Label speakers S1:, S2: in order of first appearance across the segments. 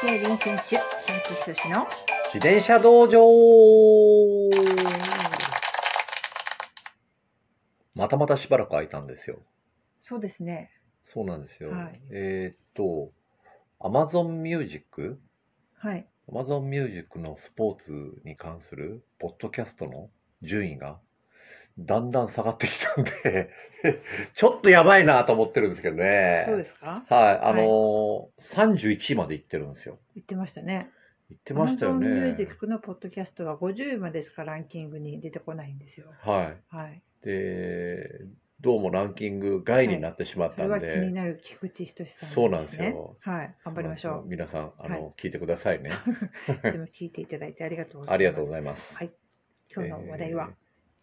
S1: 時恵林選手、研究通信の
S2: 自転車道場またまたしばらく空いたんですよ。
S1: そうですね。
S2: そうなんですよ。
S1: はい
S2: えーっと、Amazon Music?
S1: はい。
S2: Amazon Music のスポーツに関するポッドキャストの順位がだんだん下がってきたんで、 ちょっとやばいなと思ってるんですけどね。
S1: そうですか
S2: はい、あのー31位まで行ってるんですよ。
S1: 言ってましたね。
S2: 行ってましたよね。
S1: Amazon ミュージックのポッドキャストは50位までしかランキングに出てこないんですよ。
S2: はい。
S1: はい。
S2: でどうもランキング外になってしまっ
S1: そ
S2: た
S1: れ
S2: んで、
S1: は気になる菊池仁さん、
S2: そうなんですよ。
S1: はい。頑張りましょ
S2: 皆さんあの、
S1: は
S2: 聞いてくださいね
S1: う。 いつも聞いていただいてありがとうございます。
S2: ありがとうございます、
S1: はい今日の話題は、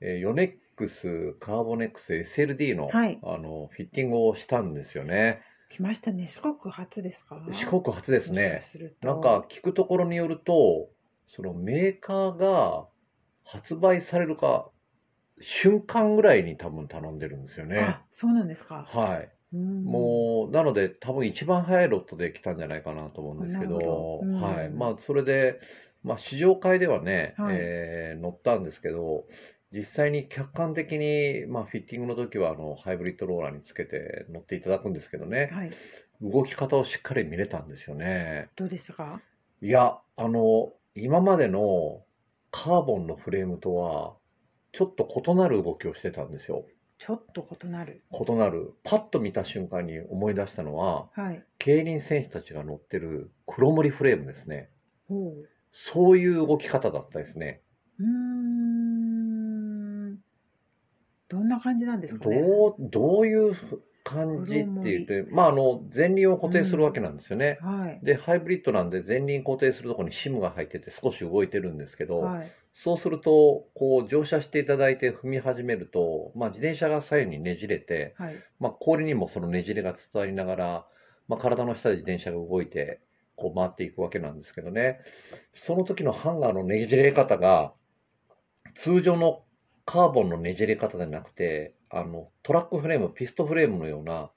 S2: えーえーヨネックスカーボネックス SLD の,、
S1: はい
S2: あのフィッティングをしたんですよね
S1: 来ましたね。四国初ですか
S2: 四国初です
S1: もし
S2: ね
S1: かすると
S2: なんか聞くところによるとそのメーカーが発売されるか瞬間ぐらいに多分頼んでるんですよね
S1: あ、そうなんですか。
S2: はい
S1: も
S2: もうなので多分一番早いロットで来たんじゃないかなと思うんですけど
S1: なるほどうん
S2: はいまあ、それで、まあ、試乗会ではね、
S1: はい
S2: えー乗ったんですけど実際に客観的に、まあ、フィッティングの時はあのハイブリッドローラーにつけて乗っていただくんですけどね、
S1: はい。
S2: 動き方をしっかり見れたんですよね。
S1: どうでしたか。
S2: いやあの今までのカーボンのフレームとはちょっと異なる動きをしてたんですよ。
S1: ちょっと異なる。
S2: 異なるパッと見た瞬間に思い出したのは
S1: はい。
S2: 競輪選手たちが乗ってる黒森フレームですね。
S1: おう。
S2: そういう動き方だったですね。
S1: うーん。どんな感じなんですかね。
S2: どう、どういう感じって言って、まあ、あの、前輪を固定するわけなんですよね。
S1: はい。
S2: で、ハイブリッドなんで前輪固定するところにシムが入ってて少し動いてるんですけど、
S1: はい。
S2: そうすると、こう乗車していただいて踏み始めると、まあ自転車が左右にねじれて、
S1: はい。
S2: まあ氷にもそのねじれが伝わりながら、まあ体の下で自転車が動いて、こう回っていくわけなんですけどね。その時のハンガーのねじれ方が、通常のカーボンのねじれ方じゃなくて、あの、トラックフレーム、ピストフレームのような、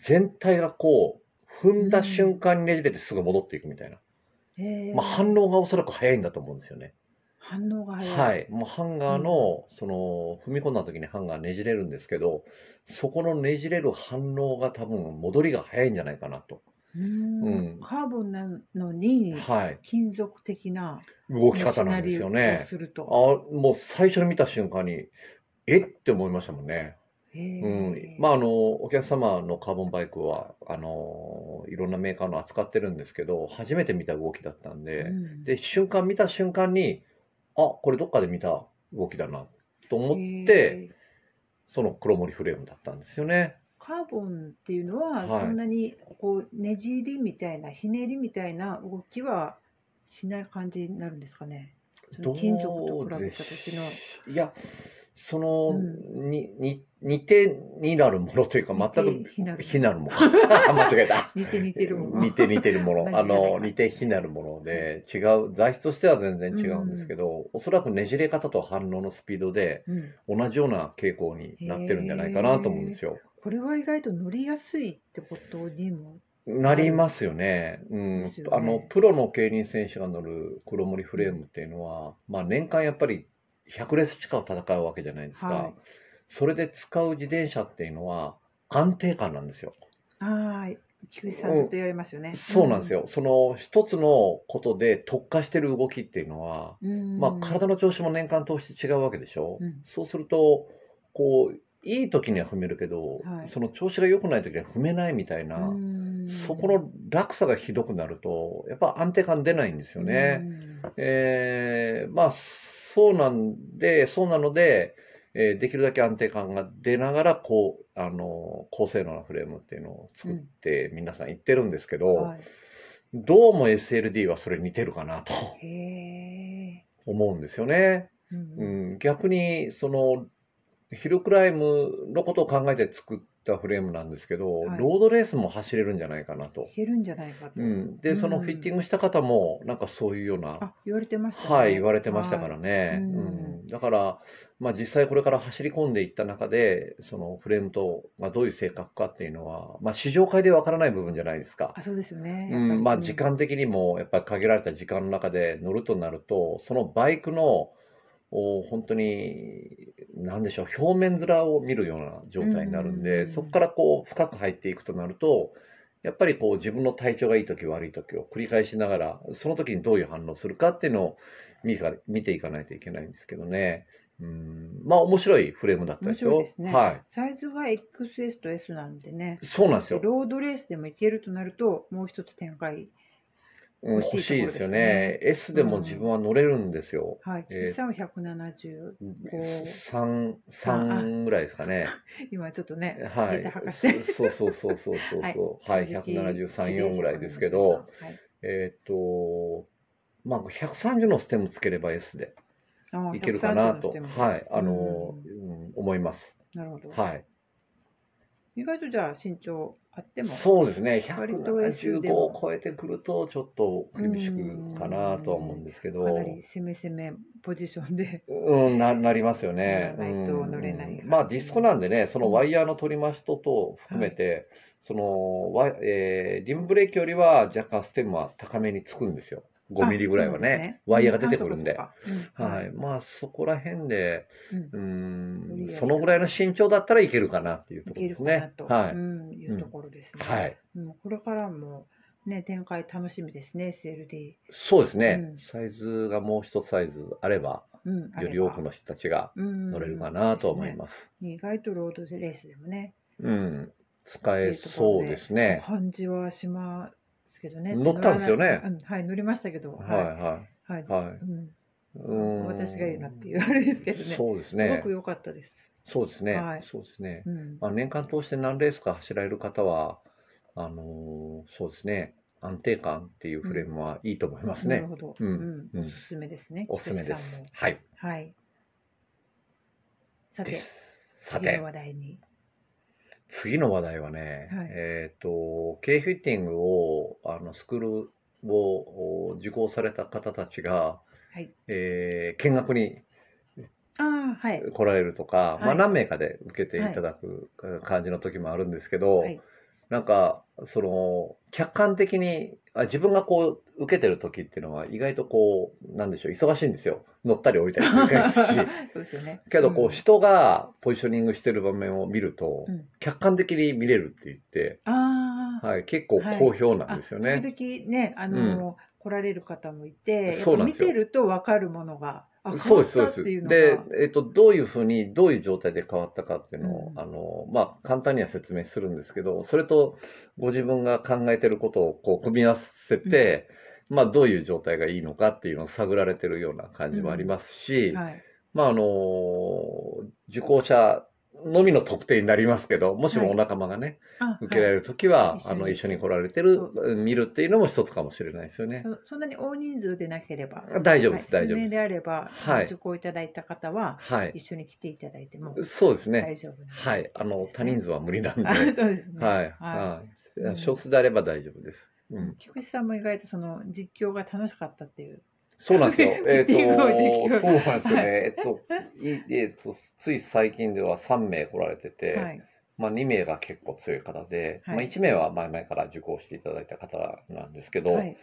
S2: 全体がこう、踏んだ瞬間にねじれてすぐ戻っていくみたいな。
S1: ええ。
S2: まあ、反応がおそらく早いんだと思うんですよね。
S1: 反応が早い。
S2: はい。もうハンガーの、その、踏み込んだ時にハンガーねじれるんですけど、そこのねじれる反応が多分戻りが早いんじゃないかなと。
S1: うーん
S2: うん
S1: カーボンなのに。
S2: はい。
S1: 金属的な。
S2: 動き方なんですよ
S1: シナリオを
S2: ね。
S1: する
S2: あ
S1: と。
S2: もう最初に見た瞬間に、えって思いましたもんね。
S1: う
S2: うん。まあ、あの、お客様のカーボンバイクは、あの、いろんなメーカーの扱ってるんですけど、初めて見た動きだったんで、で、瞬間見た瞬間に、あ、これどっかで見た動きだな、と思って、
S1: ええ
S2: その黒森フレームだったんですよね。
S1: カーボンっていうのは、
S2: はい
S1: そんなにこうねじりみたいなひねりみたいな動きはしない感じになるんですかね。その金属と比べた時の
S2: いや、その、
S1: う
S2: にに似てになるものというか、全
S1: 似て非な
S2: く
S1: る
S2: 非なる もの。間違えた。
S1: 似て似てるもの。
S2: 似て似てる もの。
S1: 同じじゃな
S2: あ
S1: いか
S2: の、似て非なるもので、違う、材質としては全然違うんですけど、おそらくねじれ方と反応のスピードで、
S1: うん
S2: 同じような傾向になってるんじゃないかなと思うんですよ。
S1: これは意外と乗りやすいってことにも。
S2: なりますよね。うん、
S1: ですよね
S2: あのプロの競輪選手が乗る黒森フレームっていうのは、まあ年間やっぱり100レース近く戦うわけじゃないですか。
S1: はい
S2: それで使う自転車っていうのは安定感なんですよ。
S1: ああ、菊池さんずっとやりますよね。
S2: そうなんですよ。その一つのことで特化してる動きっていうのは、
S1: うん。
S2: まあ体
S1: の
S2: の調子も年間通して違うわけでしょ。
S1: うん
S2: そうするとこういい時には踏めるけど、
S1: はい
S2: その調子が良くない時には踏めないみたいな。そこの落差がひどくなると、やっぱ安定感出ないんですよね。。えーまあ、そうなんで、そうなので、えーできるだけ安定感が出ながら、こう、あの、高性能なフレームっていうのを作って、皆さん言ってるんですけど、
S1: うんはい
S2: どうも SLD はそれ似てるかなと
S1: へえ。
S2: 思うんですよね。
S1: う
S2: うんん、逆に、その、ヒルクライムのことを考えて作ったフレームなんですけど、
S1: はい
S2: ロードレースも走れるんじゃないかなと
S1: い。けるんじゃないかと
S2: う。ん、で、そのフィッティングした方も、なんかそういうような、
S1: あ、言われてましたね。
S2: はい、言われてましたからね。
S1: はいう
S2: うんんだから、まあ、実際これから走り込んでいった中で、そのフレームと、まあ、どういう性格かっていうのは、まあ、市場界でわからない部分じゃないですか
S1: あ。そうですよね。やっ
S2: う
S1: ぱり
S2: んまあ、時間的にもやっぱり限られた時間の中で乗るとなると、そのバイクのお本当に、なんでしょう、表面面を見るような状態になるん
S1: うんうんう
S2: で、
S1: ん
S2: そこからこう深く入っていくとなると、やっぱりこう自分の体調がいいとき、悪いときを繰り返しながら、その時にどういう反応するかっていうのを見か見ていかないといけないんですけどね。うんまあ面白いフレームだったでしょ。
S1: 面白いですね
S2: は
S1: サイズが XS と S なんでね
S2: い。。そうなんですよ。
S1: ロードレースでも行けるとなると、もう一つ展開。
S2: うん
S1: 欲しい
S2: 欲しいですよ
S1: と
S2: ね。S でも自分は乗れるんですよ。
S1: はい。
S2: えー
S1: 実際は170。
S2: 三三ぐらいですかね。
S1: 今ちょっとね、
S2: は
S1: データ博
S2: い。
S1: 士
S2: そ そうそうそうそうそうそう。はい、
S1: 正
S2: 百
S1: 直
S2: 七十三
S1: 地
S2: 四
S1: 上
S2: ぐらいですけ
S1: の
S2: ど、
S1: 話で
S2: えーっとまあ百三十のステムつければ S で
S1: した、はい、
S2: いけるかなと、
S1: ああ
S2: はい、あの
S1: う
S2: うん思います。
S1: なるほど、
S2: はい。
S1: 意外とじゃあ身長あっても
S2: そうですね。
S1: 割と S で
S2: 175
S1: も
S2: を超えてくるとちょっと厳しくかなとは思うんですけど
S1: か。なり攻め攻めポジション で
S2: うん、ななりますよね。
S1: 乗らないと
S2: うん
S1: 乗れないから
S2: まあディスコなんでね、そ
S1: うん
S2: のワイヤーの取り回しとと含めて、そのワイえーリムブレーキよりは若干ステムは高めにつくんですよ。5ミリぐらいはね、ワイヤーが出てくるんで。は、
S1: はいい、
S2: まあそこら辺で、
S1: うん
S2: う
S1: 無理や
S2: ん
S1: り、
S2: そのぐらいの身長だったらいけるかなっていうと
S1: い
S2: こ
S1: け
S2: ろ
S1: るか
S2: です
S1: な
S2: ね。
S1: と、
S2: はい、
S1: うん、いうところですね、
S2: はい、
S1: うん、これからもね展開楽しみですね SLD、
S2: そうですね、
S1: うん
S2: サイズがもう一サイズあれば、
S1: うん、
S2: より多くの人たちが乗
S1: 乗
S2: れるかなと思い
S1: す、
S2: ます。
S1: ね意外とロードレースでもね
S2: うん、使えそうですね。
S1: 感じはしますけどね
S2: 乗ったんですよね
S1: 乗らないうんはい乗りましたけど
S2: は
S1: はい、はい
S2: いはいはい。
S1: うん
S2: うーん
S1: 私が言うなっていうあれですけどね
S2: そうです
S1: すご
S2: ね
S1: く。良かったです、
S2: そうですね。
S1: はい
S2: そうですね。
S1: うん
S2: まあ年間通して何レースか走られる方はあのーそうですね。安定感っていうフレームはいいと思います
S1: なる
S2: ね。
S1: ほど、
S2: うん
S1: うん
S2: うん
S1: おすすめですね。
S2: おすすめで
S1: 菊池さ
S2: す
S1: んも。
S2: はい。
S1: はい。さ
S2: で
S1: て
S2: す、。さ
S1: 次
S2: て
S1: の話題に。
S2: 次の話題はね、
S1: はい
S2: えっ、と K フィッティングをあのスクールをお受講された方たちが、
S1: はい
S2: えー見学に
S1: ああ、はい。
S2: 来られるとか、
S1: はい
S2: まあ、何名かで受けていただくえー感じの時もあるんですけど、
S1: はい
S2: なんかその客観的にあ自分がこう受けてる時っていうのは意外とこうなんでしょう忙しいんですよ乗ったり置いたり繰り返すし
S1: そうですよね。
S2: けどこ
S1: ん
S2: う人がポジショニングしてる場面を見ると、
S1: うん
S2: 客観的に見れるって言って、
S1: ああ、
S2: はい、結構好評なんですよね。
S1: 時々ね、あの、来られる方もいて、やっ
S2: そう
S1: ぱ
S2: なん
S1: 見
S2: ですよ
S1: てると分かるものが、あ
S2: そうです、
S1: 変わっ
S2: そうで
S1: た
S2: す。
S1: っていうの
S2: で
S1: が、、
S2: えっと、どういうふうに、どういう状態で変わったかっていうのを、
S1: うん
S2: あの、まあ、簡単には説明するんですけど、それと、ご自分が考えてることを、こう、組み合わせて、まあ、どういう状態がいいのかっていうのを探られてるような感じもありますし、
S1: はい。
S2: まあ、あの、受講者のみの特定になりますけど、もしもお仲間がね、
S1: あ
S2: 受けら
S1: はい
S2: れるときは、
S1: はい
S2: あの、
S1: 一緒
S2: 一緒
S1: に
S2: に来られてる、見るっていうのも一つかもしれないですよね。
S1: そそんなに大人数でなければ、
S2: 大丈夫です、
S1: はい
S2: 大丈夫
S1: 数名
S2: で。
S1: ですあれば、
S2: はい
S1: 受講いただいた方は、
S2: はい。
S1: 一緒に来ていただいても
S2: そうですね。
S1: 大丈夫なんで
S2: はい、あの、他人数は無理なん で、
S1: あ
S2: はい、
S1: そうですね。
S2: はい、
S1: うん
S2: 少数であれば大丈夫です。うん、
S1: 菊池さんも意外とその実況が楽しかったっていう。。
S2: そうなんですよ えっ、
S1: ビデオ実況
S2: と、そうなんですよね。
S1: はい
S2: えっと、い えっ、と、つい最近では3名来られてて、
S1: はい。
S2: まあ2名が結構強い方で、
S1: はい
S2: まあ1名は前々から受講していただいた方なんですけど、
S1: はい、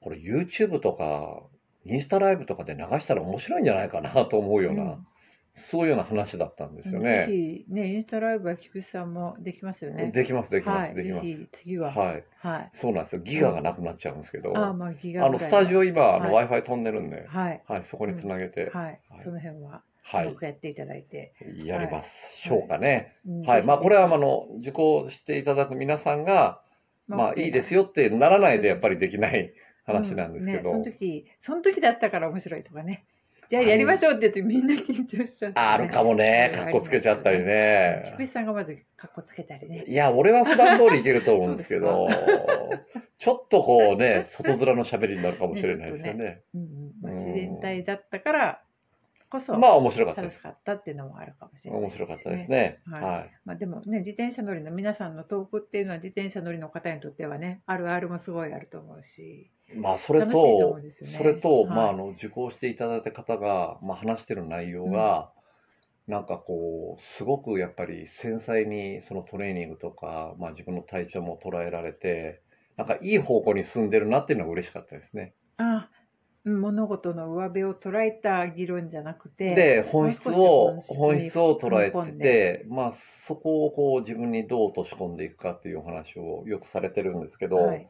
S2: これ YouTube とか、インスタライブとかで流したら面白いんじゃないかなと思うような、そういうような話だったんですよ
S1: ぜ
S2: ね。
S1: ひね、インスタライブは菊池さんもできますよね。
S2: できます、できま
S1: は
S2: す、
S1: い。
S2: できま
S1: ぜ
S2: す。
S1: ひ次は。はい。
S2: はい。そうなんですよ。ギガがなくなっちゃうんですけど、
S1: ああ、まあ、ギガ
S2: あのスタジ
S1: オ。
S2: オ今、あの
S1: は
S2: Wi-Fi 飛んでるんで、
S1: はい。
S2: はい、そこにつなげて、
S1: はい
S2: は。い
S1: その辺は、
S2: は
S1: よ
S2: い、
S1: くやっていただいて。
S2: やりましょうかね。
S1: うん
S2: はい、まあこれはあ、
S1: ぜ
S2: の受講していただく皆さんが、
S1: ひ
S2: まあいいです
S1: よ。
S2: よってならないでやっぱりできない話なんですけど、
S1: うんね、その時、その時だったから面白いとかね。じゃあやりましょうって言ってみんな緊張しちゃって、
S2: あるかもね、
S1: はい
S2: かっこつけちゃったり
S1: 菊
S2: ね。
S1: 池さんがまずかっこつけたりね。
S2: いや、俺は普段通りいけると思うんですけ ど、ちょっとこう ね、外面の喋りになるかもしれないですよね。
S1: うんうんまあ、
S2: うん
S1: 自然体だったからこそ
S2: まあ面白かったで
S1: 楽し
S2: す。
S1: かったっていうのもあるかもしれない
S2: 面白かったです。ね。
S1: はい
S2: はい。
S1: まあ、でもね自転車乗りの皆さんのトークっていうのは自転車乗りの方にとってはねあるあるもすごいあると思うし
S2: まあそれ
S1: 楽しいと思
S2: と
S1: うんですよね
S2: それと、
S1: はい
S2: まああの受講していただいた方が、まあ、話してる内容が、なんかこうすごくやっぱり繊細にそのトレーニングとか、まあ、自分の体調も捉えられてなんかいい方向に進んでるなっていうのが嬉しかったですね。
S1: あうん物事の上辺を捉えた議論じゃなくて
S2: で本質を
S1: もう少し
S2: 本
S1: 本質に
S2: 質を捉
S1: 踏み
S2: え
S1: 込
S2: て
S1: ん
S2: て、まあ、そこをこう自分にどう落とし込んでいくかっていうお話をよくされてるんですけど、
S1: はい、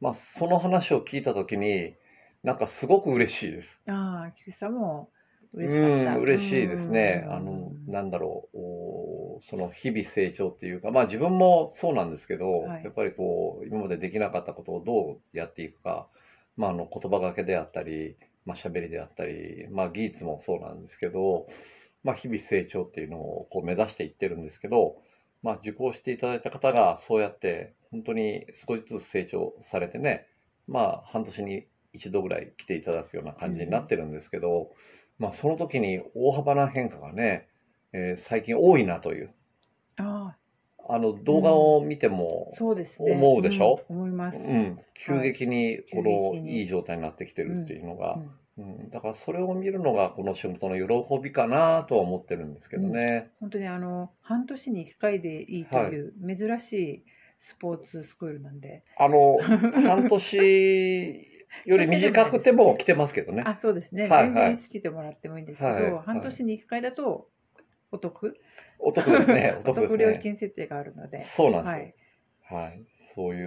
S2: まあ、その話を聞いた時になんかすごく嬉しいです。
S1: ああ菊池さんも嬉し
S2: う
S1: かった
S2: ん、嬉しいですね。
S1: うん
S2: あの、なんだろう、おーその日々成長っていうか、まあ自分もそうなんですけど、
S1: はい
S2: やっぱりこう、今までできなかったことをどうやっていくか、まああの言葉がけであったり、まあ喋りであったり、まあ技術もそうなんですけど、まあ日々成長っていうのをこう目指していってるんですけど、まあ受講していただいた方がそうやって本当に少しずつ成長されてね、まあ半年に一度ぐらい来ていただくような感じになってるんですけど、まあ、その時に大幅な変化がね、えー最近多いなという
S1: あ
S2: あの動画を見ても
S1: あ、そうですね
S2: 思うでしょ、
S1: うん思いま
S2: う
S1: す、
S2: ん、急激に
S1: 急
S2: こ
S1: 激
S2: の
S1: に
S2: いい状態になってきてるっていうのが、
S1: うん
S2: うん、だからそれを見るのがこの仕事の喜びかなとは思ってるんですけどね。
S1: 本当にあの半年に1回でいいという珍しいスポーツスクールなんで、
S2: あの半年より短くても来てますけど ね。
S1: あそうですね、
S2: はいはい
S1: 全然仕切ってもらってもいいんですけど、
S2: はいはい
S1: 半年に1回だとお得、
S2: お得ですね。 お
S1: お
S2: 得
S1: 得
S2: で
S1: 料
S2: すね。
S1: 金設定があるので、
S2: そうなんです
S1: は
S2: よ
S1: い、
S2: はい。そうい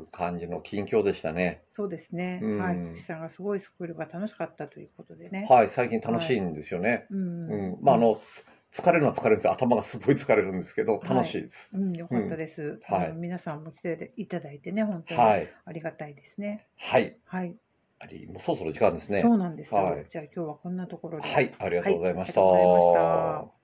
S2: う感じの近況でしたね。
S1: そうですね、
S2: うん
S1: はい、福士さんがすごいスクールが楽しかったということでね、
S2: はい、最近楽しいんですよね。
S1: うん
S2: うん、まああ、の、つ疲れるのは疲れるんですよ頭がすごい疲れるんですけど
S1: はい
S2: 楽しいです。
S1: うん、よかったです、
S2: はい
S1: あの皆さんも来ていただいてね、本当に
S2: は
S1: あ
S2: い、
S1: りがたいですね。
S2: はい、
S1: はい、
S2: ありもうそろそろ時間ですね
S1: そ。うなんですよ、
S2: はい
S1: じゃあ今日はこんなところで。
S2: はい、ありがとうございました。
S1: はいありがとうございました